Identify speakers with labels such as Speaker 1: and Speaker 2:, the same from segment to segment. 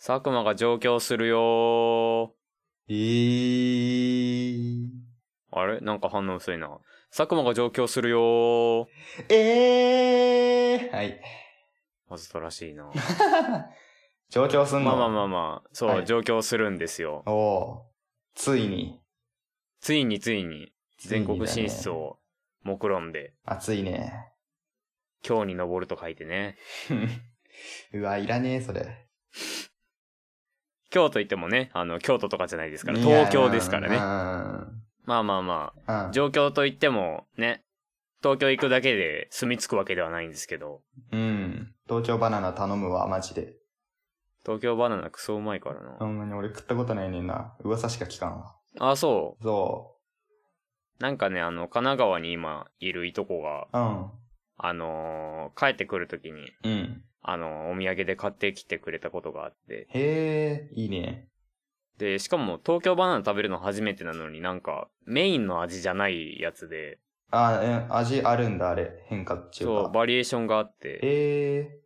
Speaker 1: 佐久間が上京するよー。
Speaker 2: えー。
Speaker 1: あれなんか反応薄いな。佐久間が上京するよー。
Speaker 2: えー。はい。
Speaker 1: わざとら しいな。
Speaker 2: 上京すん
Speaker 1: ま
Speaker 2: の
Speaker 1: あまあまあまあ、そう、
Speaker 2: はい
Speaker 1: 上京するんですよ。
Speaker 2: おおーついに。
Speaker 1: ついについに、全国進出
Speaker 2: ついにだね。
Speaker 1: を目論んで、
Speaker 2: 熱いね。
Speaker 1: 今日に登ると書いてね。
Speaker 2: うわ、いらねえ、それ。
Speaker 1: 京都行ってもね、あの、京都とかじゃないですから、
Speaker 2: いや
Speaker 1: 東京ですからね。
Speaker 2: う
Speaker 1: まあまあま
Speaker 2: んうん
Speaker 1: あ、上京といってもね、東京行くだけで住み着くわけではないんですけど、
Speaker 2: うん。東京バナナ頼むわ、マジで。
Speaker 1: 東京バナナクソうまいから
Speaker 2: ほ
Speaker 1: な。
Speaker 2: んまに俺食ったことないねんな。噂しか聞かんわ。
Speaker 1: あ、そ。
Speaker 2: そう
Speaker 1: なんかね、あの、神奈川に今いるいとこが、
Speaker 2: う。うん。
Speaker 1: あのー帰ってくるときに、
Speaker 2: うん。
Speaker 1: あのーお土産で買ってきてくれたことがあって、
Speaker 2: へえ、いいね。
Speaker 1: で、しかも東京バナナ食べるの初めてなのになんか、メインの味じゃないやつで、
Speaker 2: あ、え、味あるんだ、あれ。変化っていうか。
Speaker 1: そう、バリエーションがあって、
Speaker 2: へえ。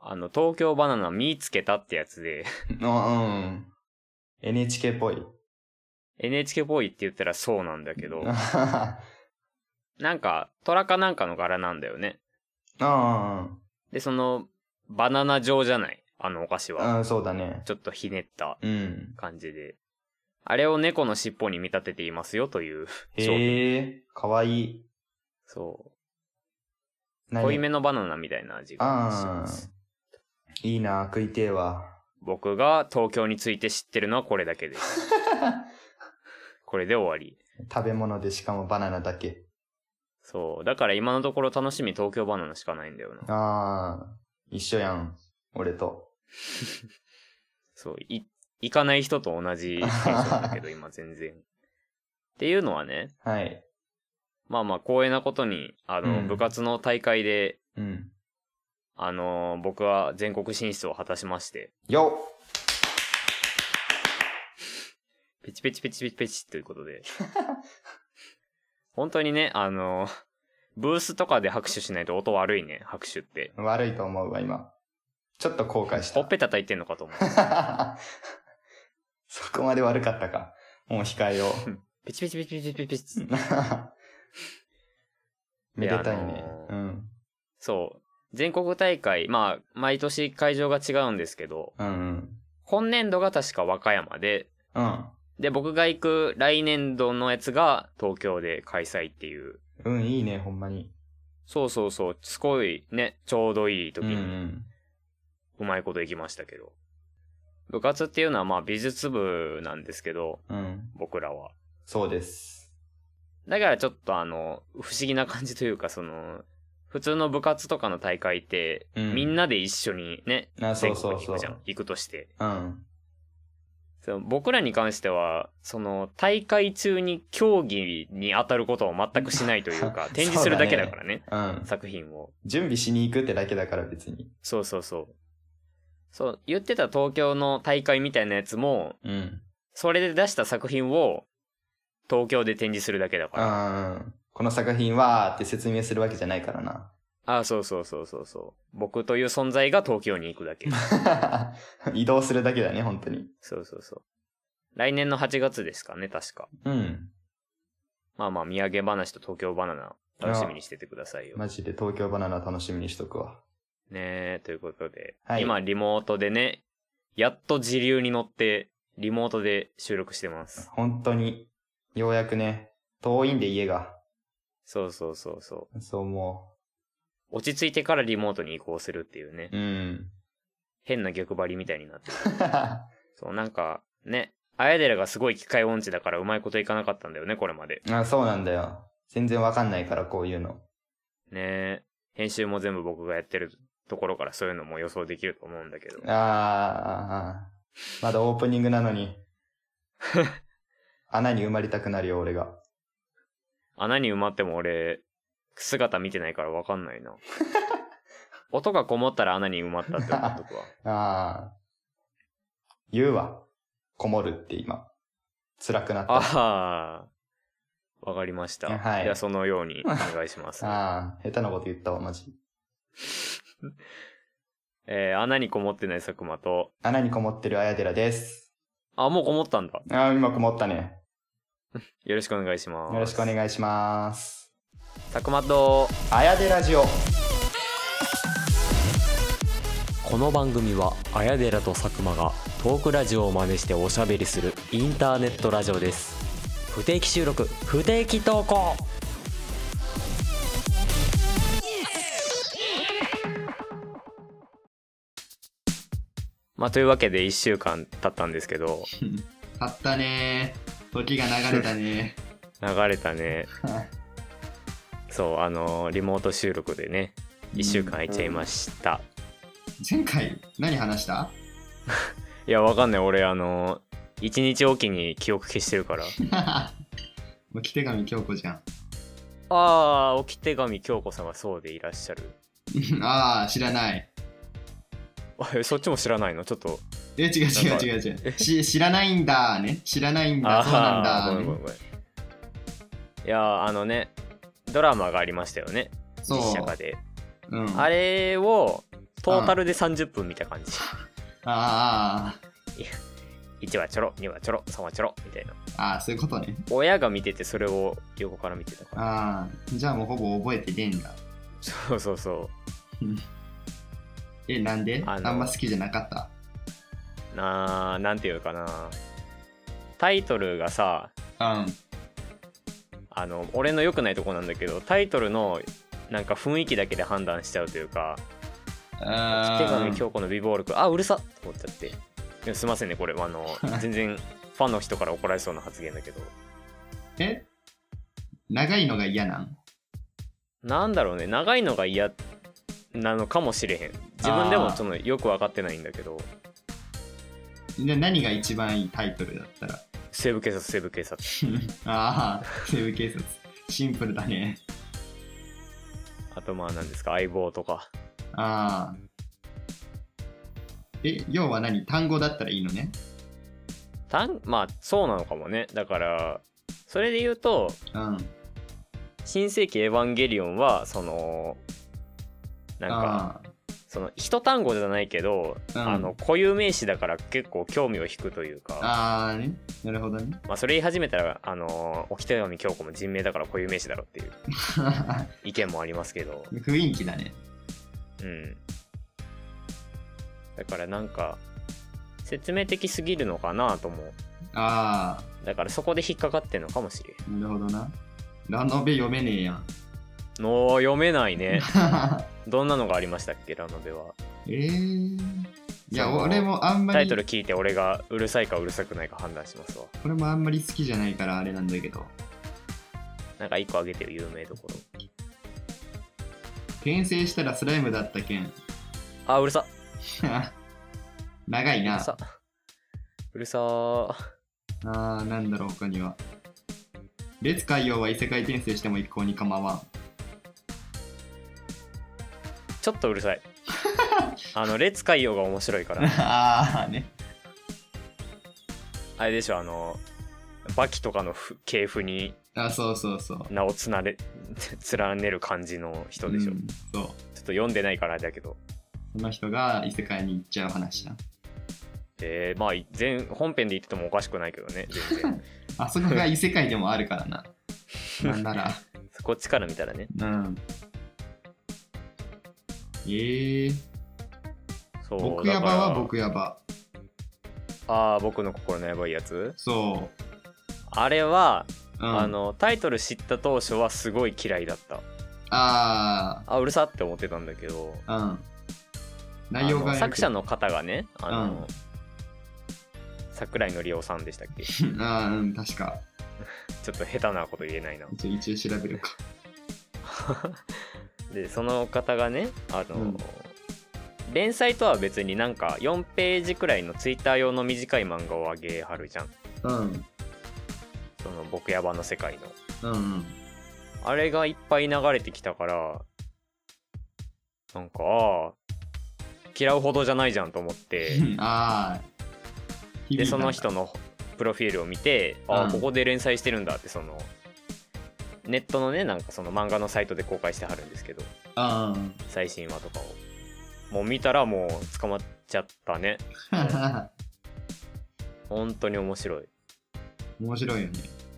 Speaker 1: あの、東京バナナ見つけたってやつで、
Speaker 2: あ、うん。NHK っ ぽい。
Speaker 1: NHK ボーイって言ったらそうなんだ けど、
Speaker 2: あ
Speaker 1: なんか、虎かなんかの柄なんだよね。
Speaker 2: あ、
Speaker 1: で、その、バナナ状じゃないあのお菓子
Speaker 2: うん
Speaker 1: は。
Speaker 2: うん、そうだね。
Speaker 1: ちょっとひねった
Speaker 2: うん。
Speaker 1: 感じで。あれを猫の尻尾に見立てていますよという。 商品
Speaker 2: へえ、かわいい。
Speaker 1: そ
Speaker 2: 何
Speaker 1: う。濃いめのバナナみたいな味がし
Speaker 2: ああ
Speaker 1: ます。、
Speaker 2: いいな、食いてえわ。
Speaker 1: 僕が東京について知ってるのはこれだけ です。これで終わり。
Speaker 2: 食べ物でしかもバナナだけ。
Speaker 1: そう。だから今のところ楽しみ東京バナナしかないんだよな。
Speaker 2: ああ、一緒やん。俺と。
Speaker 1: そう。い、行かない人と同じテンションだけ ど、今全然。っていうのはね、
Speaker 2: はい。
Speaker 1: まあまあ光栄なことに、あの、
Speaker 2: うん
Speaker 1: 部活の大会で、
Speaker 2: うん。
Speaker 1: あのー僕は全国進出を果たしまして、
Speaker 2: よ
Speaker 1: ペチペチペチペチペチということで。本当にね、あのーブースとかで拍手しないと音悪いね、拍手って。
Speaker 2: っ悪いと思うわ、今。ちょっと後悔し
Speaker 1: ほ
Speaker 2: た
Speaker 1: っ。ぺ叩いてんのかと思う。
Speaker 2: そこまで悪かったか。もう控えよ
Speaker 1: ペチペチペチペチペチペチ。
Speaker 2: う。 めでたいね。
Speaker 1: あ
Speaker 2: うん。
Speaker 1: そう。全国大会、まあ、毎年会場が違うんですけど、
Speaker 2: うんうん。
Speaker 1: 今年度が確か和歌山で、
Speaker 2: うん。
Speaker 1: で、僕が行く来年度のやつが東京で開催っていう。
Speaker 2: うん、いいね、ほんまに。
Speaker 1: そうそうそう、すごいね、ちょうどいい時
Speaker 2: うんう
Speaker 1: に
Speaker 2: ん。
Speaker 1: うまいこといきましたけど。部活っていうのはまあ美術部なんですけど、
Speaker 2: うん。
Speaker 1: 僕らは。
Speaker 2: そうです。
Speaker 1: だからちょっとあの、不思議な感じというか、その、普通の部活とかの大会って、
Speaker 2: うん
Speaker 1: みんなで一緒にね、
Speaker 2: あ、そ
Speaker 1: 全
Speaker 2: うそ
Speaker 1: 国
Speaker 2: う
Speaker 1: に
Speaker 2: そ
Speaker 1: 行
Speaker 2: う
Speaker 1: くじゃ。ん。行くとして。
Speaker 2: うん。、
Speaker 1: その僕らに関しては、その、大会中に競技に当たることを全くしないというか 展示するだけだからね、
Speaker 2: うん。
Speaker 1: 作品を。
Speaker 2: 準備しに行くってだけだから別に。
Speaker 1: そうそうそう。そう、言ってた東京の大会みたいなやつも、
Speaker 2: うん。
Speaker 1: それで出した作品を東京で展示するだけだから。
Speaker 2: うん。この作品はーって説明するわけじゃないから な。
Speaker 1: ああ、そうそうそうそうそう。僕という存在が東京に行くだけ。
Speaker 2: 移動するだけだね、本当に。
Speaker 1: そうそうそう。来年の8月ですかね、確か。
Speaker 2: うん。
Speaker 1: まあまあ、土産話と東京バナナ、楽しみにしててくださいよ。ね
Speaker 2: マジで東京バナナ楽しみにしとくわ。
Speaker 1: え、ということで、
Speaker 2: はい
Speaker 1: 今、リモートでね、やっと時流に乗って、リモートで収録してます。
Speaker 2: 本当に、ようやくね、遠いんで家が。
Speaker 1: そうそうそうそ
Speaker 2: そう思
Speaker 1: う。落ち着いてからリモートに移行するっていうね
Speaker 2: う。、うん。
Speaker 1: 変な逆張りみたいになってるそう、なんか、ね、アヤデラがすごい機械音痴だからうまいこといかなかったんだよね、これまで。
Speaker 2: あそうなんだよ。全然わかんないから、こういうの。
Speaker 1: ねえ編集も全部僕がやってるところからそういうのも予想できると思うんだけど。
Speaker 2: あーあー、まだオープニングなの に。穴に埋まりたくなるよ、俺が。
Speaker 1: 穴に埋まっても俺、姿見てないからわかんな いな。音がこもったら穴に埋まったって思っとく わ。
Speaker 2: ああ。言うわ。こもるって今。辛くなった。あ
Speaker 1: ああ、わかりました。
Speaker 2: はい
Speaker 1: じゃあそのよ うにお願いします。
Speaker 2: あー、下手なこと言ったわ、マジ。
Speaker 1: えー、穴にこもってない佐久間と、
Speaker 3: 穴にこもってるあやでらです。
Speaker 1: あ、もうこもったんだ。
Speaker 3: あー、今こもったね。
Speaker 1: よろしくお願いします。
Speaker 3: よろしくお
Speaker 1: い。
Speaker 3: 願いします。
Speaker 1: 佐久間と、
Speaker 3: あやでラジオ。
Speaker 4: この番組は綾寺と佐久間がトークラジオを真似しておしゃべりするインターネットラジオです不定期収録不定期投稿
Speaker 1: まあ、というわけで1週間経ったんですけど、
Speaker 2: 買ったねー時が流れたね
Speaker 1: 流れたね。 そう、あのーリモート収録でね、1週間空いちゃいました。
Speaker 2: 前回何話した
Speaker 1: いや、わかんない。俺、あのー、1日おきに記憶消してるから。
Speaker 2: もう着手紙京子じゃん
Speaker 1: あー、置き手紙京子さんがそうでいらっしゃる。
Speaker 2: ああ知らない
Speaker 1: あ えそっちも知らないのちょっと。
Speaker 2: え違う違う違う違うし知らないんだーね知らないんだ
Speaker 1: あ
Speaker 2: そうなんだ
Speaker 1: ーごめ
Speaker 2: ー
Speaker 1: んごめん
Speaker 2: ね
Speaker 1: ごめん。いやー、あのね、ドラマがありましたよね。
Speaker 2: そう
Speaker 1: 実写化で。
Speaker 2: うん
Speaker 1: あれを、トータルで30分見た感じ。
Speaker 2: あー
Speaker 1: 1話ちょろ、2話ちょろ、3話ちょろ、みたいな。
Speaker 2: あーあーそういうことね
Speaker 1: 親が見てて、それを横から見てたから。
Speaker 2: ああじゃあもうほぼ覚えてねえんだ
Speaker 1: そうそうそ
Speaker 2: えなんで
Speaker 1: あの
Speaker 2: あんま好きじゃなかった
Speaker 1: う。なー、なんていうかな。タイトルがさ、
Speaker 2: うん
Speaker 1: あの俺の良くないとこなんだけどタイトルのなんか雰囲気だけで判断しちゃうというか「手
Speaker 2: あ
Speaker 1: 紙
Speaker 2: ー
Speaker 1: 京子の美貌力」あうるさっと思っちゃっていやすいませんねこれあ の全然ファンの人から怒られそうな発言だけど
Speaker 2: え長いのが嫌なん
Speaker 1: なんだろうね長いのが嫌なのかもしれへん自分でもそのよく分かってないんだけど
Speaker 2: で何が一番いいタイトルだったら
Speaker 1: 西部警察西部警察
Speaker 2: ああ西部警察シンプルだね
Speaker 1: あとまあ何ですか相棒とか
Speaker 2: ああ。え、要は何単語だったらいいのね。
Speaker 1: たんまあそうなのかもねだからそれで言うと
Speaker 2: うん。
Speaker 1: 新世紀エヴァンゲリオンはそのなんか
Speaker 2: あ
Speaker 1: その一単語じゃないけど、
Speaker 2: うん
Speaker 1: あの固有名詞だから結構興味を引くという
Speaker 2: あ
Speaker 1: か
Speaker 2: ああね。なるほどね。
Speaker 1: まあ、それ言い始めたらあの沖手紙京子も人名だから固有名詞だろっていう意見もありますけど、
Speaker 2: 雰囲気だね。
Speaker 1: うん、だからなんか説明的すぎるのかなとも
Speaker 2: あ
Speaker 1: だからそこで引っかかってんのかもしれん
Speaker 2: あ、なるほどな。ラノベ読めねえやん。
Speaker 1: の読めないねどんなのがありましたっけラノベは
Speaker 2: えー。い
Speaker 1: そ
Speaker 2: や、
Speaker 1: の
Speaker 2: 俺もあんまり、
Speaker 1: タイトル聞いて俺がうるさいかうるさくないか判断しますわ
Speaker 2: 俺もあんまり好きじゃないからあれなんだけど。
Speaker 1: なんか一個あげてよ有名どころ
Speaker 2: 転生したらスライムだったけん。
Speaker 1: あうるさ
Speaker 2: 長いうな
Speaker 1: る。さうるさー
Speaker 2: ああ、なんだろう、他には。列海洋は異世界転生しても一向に構 わん。
Speaker 1: ちょっとうるさ いあの列海洋が面白いから
Speaker 2: ああね。
Speaker 1: あれでしょあのバキとかのふ系譜に
Speaker 2: あ、そうそうそう。
Speaker 1: 名をつなれ 連ねる感じの人でしょ、
Speaker 2: うん
Speaker 1: ちょ
Speaker 2: そう。
Speaker 1: っと読んでないからあれだけど
Speaker 2: その人が異世界に行っちゃう話だ。
Speaker 1: えー、まあ全本編で言っててもおかしくないけどね全 然
Speaker 2: あそこが異世界でもあるか らな。なんなら。
Speaker 1: こっちから見たらね
Speaker 2: うん。ええー。
Speaker 1: そう
Speaker 2: 僕やばは僕やば。
Speaker 1: ああー僕の心のやばいやつ
Speaker 2: そ
Speaker 1: あれは、
Speaker 2: う。うん、
Speaker 1: あのタイトル知った当初はすごい嫌いだった
Speaker 2: あ
Speaker 1: あうるさって思ってたんだけど
Speaker 2: あ。うん。内容
Speaker 1: あ
Speaker 2: が
Speaker 1: の作者
Speaker 2: の。
Speaker 1: の方がねあの、
Speaker 2: うん
Speaker 1: 桜井のりおさんでしたっ けち
Speaker 2: ああ、うん、確か。
Speaker 1: ょっと下手なこと言えないな
Speaker 2: 一応一応調べるか。
Speaker 1: でその方がねあの、
Speaker 2: うん
Speaker 1: 連載とは別になんか4ページくらいのツイッター用の短い漫画をあげはるじゃん
Speaker 2: うん。
Speaker 1: その僕ヤバの世界の
Speaker 2: うんうん。
Speaker 1: あれがいっぱい流れてきたからなんかああ嫌うほどじゃないじゃんと思って
Speaker 2: ああ。
Speaker 1: でその
Speaker 2: 響いた
Speaker 1: 人のプロフィールを見てあ
Speaker 2: う
Speaker 1: あ
Speaker 2: ん
Speaker 1: ここで連載してるんだってそのネットのねなんかその漫画のサイトで公開してはるんですけど
Speaker 2: んだ。うん。
Speaker 1: 最新話とかをもう見たらもう捕まっちゃったね。本当に面白い。
Speaker 2: 面白いよね。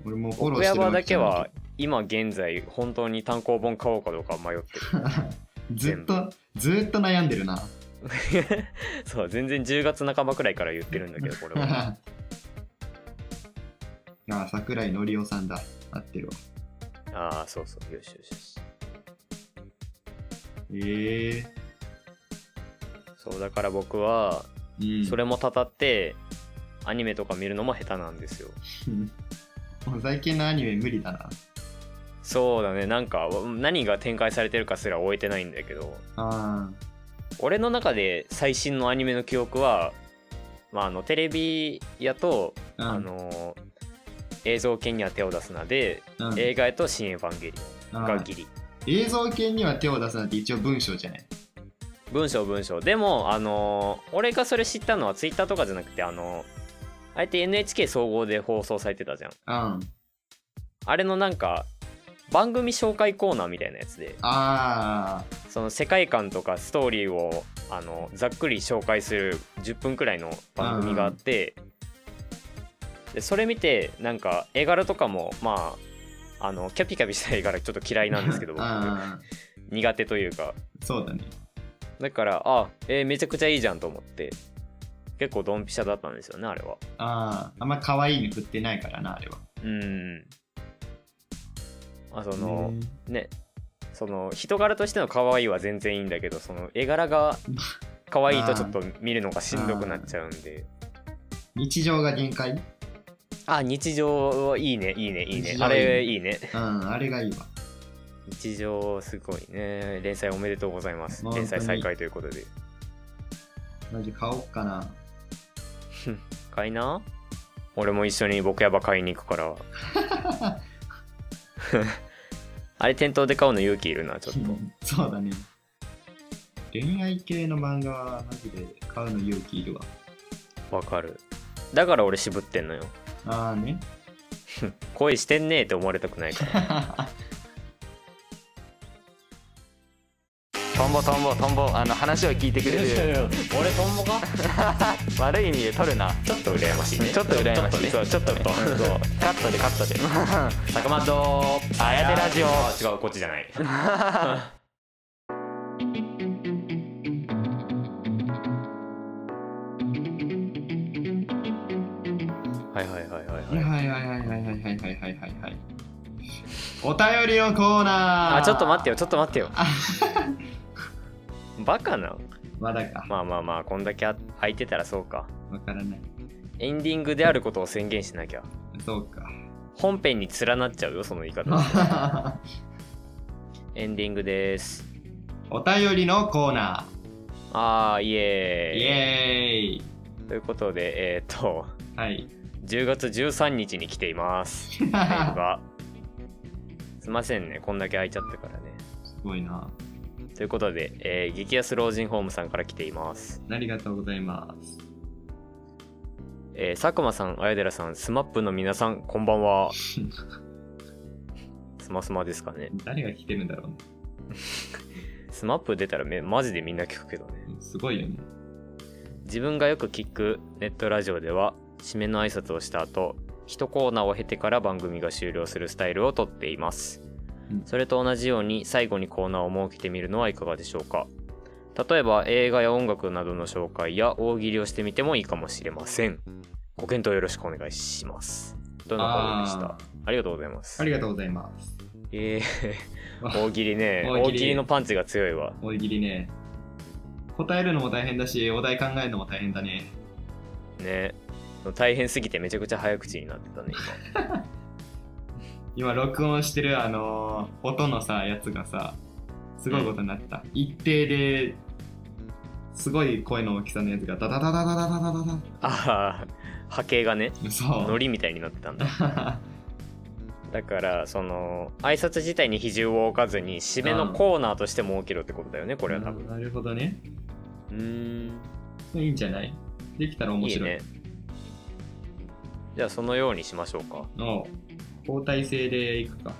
Speaker 2: 俺もうフォロー
Speaker 1: 奥
Speaker 2: してる
Speaker 1: 山
Speaker 2: わ
Speaker 1: だ
Speaker 2: けじ
Speaker 1: け
Speaker 2: ゃない
Speaker 1: は今現在本当に単行本買おうかどうか迷って
Speaker 2: ずっと、ずっと悩んでるな。
Speaker 1: る。そう、全然10月半ばくらいから言ってるんだけど、これは。
Speaker 2: ああ、桜井のりおさんだ。合ってるわ。
Speaker 1: ああ、そうそう、よしよしよし。
Speaker 2: ええ
Speaker 1: そう、だから僕は、
Speaker 2: うん。
Speaker 1: それもたたって、アニメとか見るのも下手なんですよ。
Speaker 2: もう最近のアニメ無理だな。
Speaker 1: そうだね、なんか、何が展開されてるかすら終えてないんだけど、
Speaker 2: あ
Speaker 1: 俺の中で最新のアニメの記憶は、まあ、あのテレビやと、
Speaker 2: あ。うん
Speaker 1: あ、の映像系には手を出すなで、
Speaker 2: うん
Speaker 1: 映画やと「新エヴァンゲリオン」
Speaker 2: あ
Speaker 1: が
Speaker 2: あ
Speaker 1: ギリ
Speaker 2: 映像系には手を出すなんて一応文章じゃない。
Speaker 1: 文章文章でもあのー俺がそれ知ったのはツイッターとかじゃなくてあのーあえて NHK 総合で放送されてたじゃん
Speaker 2: うん。あ
Speaker 1: あれのなんか番組紹介コーナーみたいなやつで
Speaker 2: あ
Speaker 1: その世界観とかストーリーをあのざっくり紹介する10分くらいの番組があって、でそれ見てなんか絵柄とかもまああのキャピキャピした絵柄ちょっと嫌いなんですけど僕
Speaker 2: ああ
Speaker 1: 苦手というか
Speaker 2: そうだね。
Speaker 1: だからあ、えーめちゃくちゃいいじゃんと思って結構ドンピシャだったんですよねあれは
Speaker 2: ああ、あんま可愛いに振ってないからな、あれは。
Speaker 1: うんあそのねその人柄としての可愛いは全然いいんだけどその絵柄が可愛いとちょっと見るのがしんどくなっちゃうんで
Speaker 2: 日常が限界
Speaker 1: あ日常はいいねいいねいいね
Speaker 2: 日常
Speaker 1: あれ
Speaker 2: いい
Speaker 1: いいね
Speaker 2: うん、あれがいいわ。
Speaker 1: 日常すごいね連載おめでとうございます
Speaker 2: 本当に
Speaker 1: 連載再開ということで
Speaker 2: マジ買おっかな。
Speaker 1: 買いな俺も一緒に僕やば買いに行くからあれ店頭で買うの勇気いるなちょっと
Speaker 2: そうだね。恋愛系の漫画はマジで買うの勇気いるわ。
Speaker 1: わかるだから俺渋ってんのよ
Speaker 2: ああね。
Speaker 1: 恋してんねえって思われたくないから
Speaker 5: トンボトンボトンボあの話を聞いてくれる
Speaker 1: 俺トンボか
Speaker 5: 悪い意味で取るな
Speaker 1: ちょっと羨ましいね
Speaker 5: ちょっと羨ましいね
Speaker 1: ちょっとねそうちょっとと
Speaker 5: カットでカットで
Speaker 1: 坂本とあ
Speaker 5: やてラジオ
Speaker 1: 違うこっちじゃないはいはいはいはいはい
Speaker 2: はいはいはいはいはいはいはいはいはいはい。お便りのコーナー
Speaker 1: あちょっと待ってよちょっと待ってよ
Speaker 2: あ
Speaker 1: バカな
Speaker 2: まだか。
Speaker 1: まあまあまあこんだけあ空いてたらそうか
Speaker 2: わからない。
Speaker 1: エンディングであることを宣言しなきゃ
Speaker 2: そうか。
Speaker 1: 本編に連なっちゃうよその言い方エンディングです
Speaker 2: お便りのコーナ
Speaker 1: あーイ
Speaker 2: ー。
Speaker 1: エーイ
Speaker 2: イエーイ
Speaker 1: ということでえー、っと
Speaker 2: はい。
Speaker 1: 10月13日に来ています。 タイムがすいませんね、こんだけ空いちゃったからね。
Speaker 2: すごいな。
Speaker 1: ということで、えー激安老人ホームさんから来ています。
Speaker 2: ありがとうございます。
Speaker 1: えー佐久間さん、綾寺さん、スマップの皆さん、こんばんは。スマスマですかね。
Speaker 2: 誰が来てるんだろうね。
Speaker 1: スマップ出たらめマジでみんな聞くけどね。
Speaker 2: すごいよね。
Speaker 1: 自分がよく聞くネットラジオでは締めの挨拶をした後一コーナーを経てから番組が終了するスタイルをとっています、
Speaker 2: うん
Speaker 1: それと同じように最後にコーナーを設けてみるのはいかがでしょうか例えば映画や音楽などの紹介や大喜利をしてみてもいいかもしれませんご検討よろしくお願いしますとのことでしたあ
Speaker 2: あ
Speaker 1: りがとうございます
Speaker 2: ありがとうございます。
Speaker 1: えー大喜利ね
Speaker 2: 大
Speaker 1: 大
Speaker 2: 喜利
Speaker 1: 喜利のパンチが強いわ
Speaker 2: 大喜利ね。答えるのも大変だし、お題考えるのも大変だね。
Speaker 1: ね大変すぎてめちゃくちゃ早口になってたね今
Speaker 2: 今、録音してる、あのー音のさ、やつがさ、すごいことになった。一定で、すごい声の大きさのやつが、ダダダダダダダダダ
Speaker 1: ああ波形がね
Speaker 2: ダ。そ
Speaker 1: の
Speaker 2: う。
Speaker 1: りみたいになってたんだだからその挨拶自体に比重を置かずに締めのコーナーとして設けろってことだよねこれは多分
Speaker 2: なるほどね。
Speaker 1: うーん
Speaker 2: いいんじゃないできたら面
Speaker 1: いい
Speaker 2: 白い。
Speaker 1: ねじゃあそのようにしましょうか
Speaker 2: おう交代制でいくか。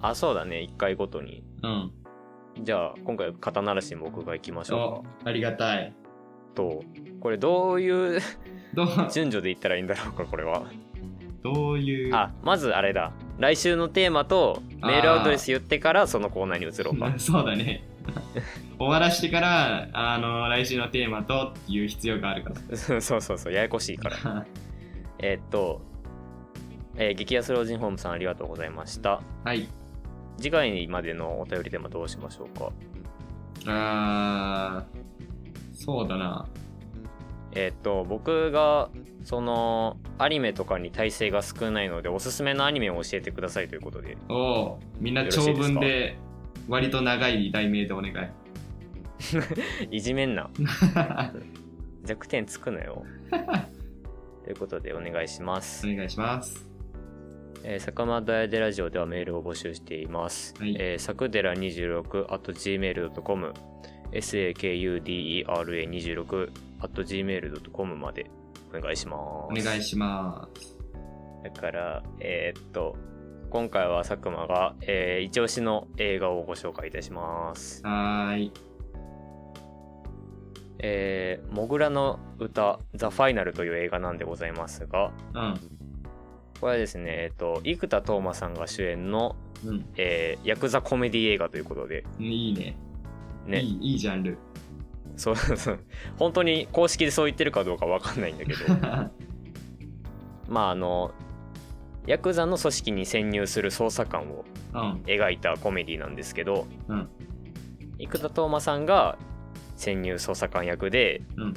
Speaker 1: あそうだね1回ごとに
Speaker 2: うん。
Speaker 1: じゃあ今回肩慣らしに僕が行きましょ
Speaker 2: おありがたいう
Speaker 1: とこれどういう
Speaker 2: どう
Speaker 1: 順序で言ったらいいんだろうかこれは
Speaker 2: どういう
Speaker 1: あまずあれだ来週のテーマとメールアドレス言ってからそのコーナーに移ろうか
Speaker 2: そうだね終わらしてからあの来週のテーマとっていう必要があるか
Speaker 1: そうそうそうややこしいから
Speaker 2: ら
Speaker 1: えーっと、えー激安老人ホームさんありがとうございました
Speaker 2: はい
Speaker 1: 次回までのお便りテーマどうしましょうか
Speaker 2: あーそうだな
Speaker 1: えーっと僕がそのアニメとかに耐性が少ないのでおすすめのアニメを教えてくださいということで
Speaker 2: おうみんな長文で割と長い題名でお願い
Speaker 1: いじめんな弱点つくなよということでお願いします
Speaker 2: お願いします
Speaker 1: えー、坂間大でラジオではメールを募集しています。
Speaker 2: はい
Speaker 1: えー、さくでら26 at gmail.com、sakudera26 at gmail.com までお願いします。
Speaker 2: お願いします
Speaker 1: だから、えーっと、今回は佐久間が、えー、一押しの映画をご紹介いたします。
Speaker 2: はーい
Speaker 1: えー、モグラの歌、ザ・ファイナルという映画なんでございますが、
Speaker 2: うん
Speaker 1: これはですね、えーっと、生田斗真さんが主演の、
Speaker 2: うん
Speaker 1: えーヤクザコメディ映画ということで、
Speaker 2: いいね
Speaker 1: ね、
Speaker 2: いいいいジャンル
Speaker 1: そうそう本当に公式でそう言ってるかどうかわかんないんだけ どまああのヤクザの組織に潜入する捜査官を
Speaker 2: うん
Speaker 1: 描いたコメディなんですけど、
Speaker 2: うん
Speaker 1: 生田斗真さんが潜入捜査官役で、
Speaker 2: うん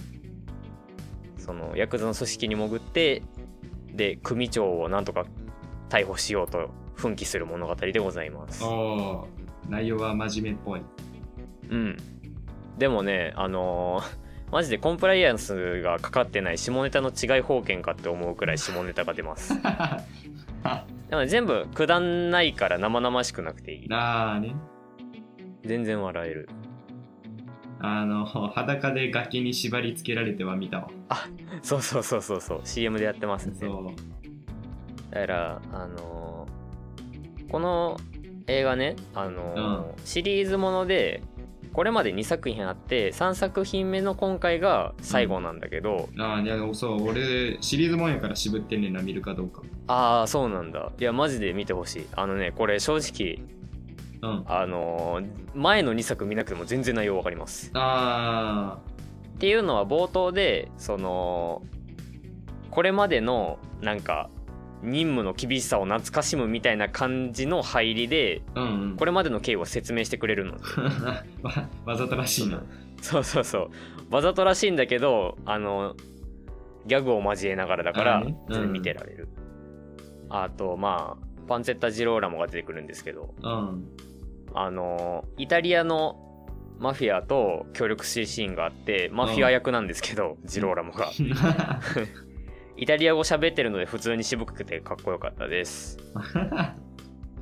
Speaker 1: そのヤクザの組織に潜ってで組長をなんとか逮捕しようと奮起する物語でございます。
Speaker 2: おー内容は真面目っぽい
Speaker 1: うん。でもね、あのー マジでコンプライアンスがかかってない下ネタの違い方権かって思うくらい下ネタが出ます。
Speaker 2: あ
Speaker 1: でも全部くだんないから生々しくなくていい。
Speaker 2: あね
Speaker 1: 全然笑える。
Speaker 2: あの 裸で崖に縛り付けられては見たわ
Speaker 1: そうそうそうそうそう。CM でやってますね。
Speaker 2: そ
Speaker 1: だから、あのーこの映画ね、あのーシリーズもので、これまで2作品あって3作品目の今回が最後なんだけど、
Speaker 2: うああいやそう俺シリーズもんやから渋ってんねんな見るかどうか
Speaker 1: ああそうなんだいやマジで見てほしいあのねこれ正直
Speaker 2: うん
Speaker 1: あのー前の2作見なくても全然内容わかります。
Speaker 2: あ
Speaker 1: っていうのは冒頭でそのこれまでのなんか任務の厳しさを懐かしむみたいな感じの入りで
Speaker 2: あうんうん
Speaker 1: これまでの経緯を説明してくれるの
Speaker 2: わわざとらしいな
Speaker 1: そうそうそうわざとらしいんだけどあのギャグを交えながらだか
Speaker 2: あ
Speaker 1: ら
Speaker 2: ーねうん
Speaker 1: 全然見てられるあとまあパンツェッタ・ジローラモが出てくるんですけど
Speaker 2: うん
Speaker 1: あのイタリアのマフィアと協力するシーンがあってマフィア役なんですけど、ジローラモ がイタリア語喋ってるので普通に渋くてかっこよかった です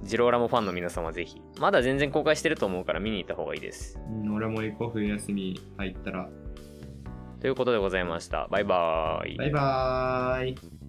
Speaker 1: ジローラモファンの皆様ぜひまだ全然公開してると思うから見に行った方がいいです
Speaker 2: うん俺も行こう冬休み入ったら
Speaker 1: ということでございましたバイバーイ
Speaker 2: バイバーイ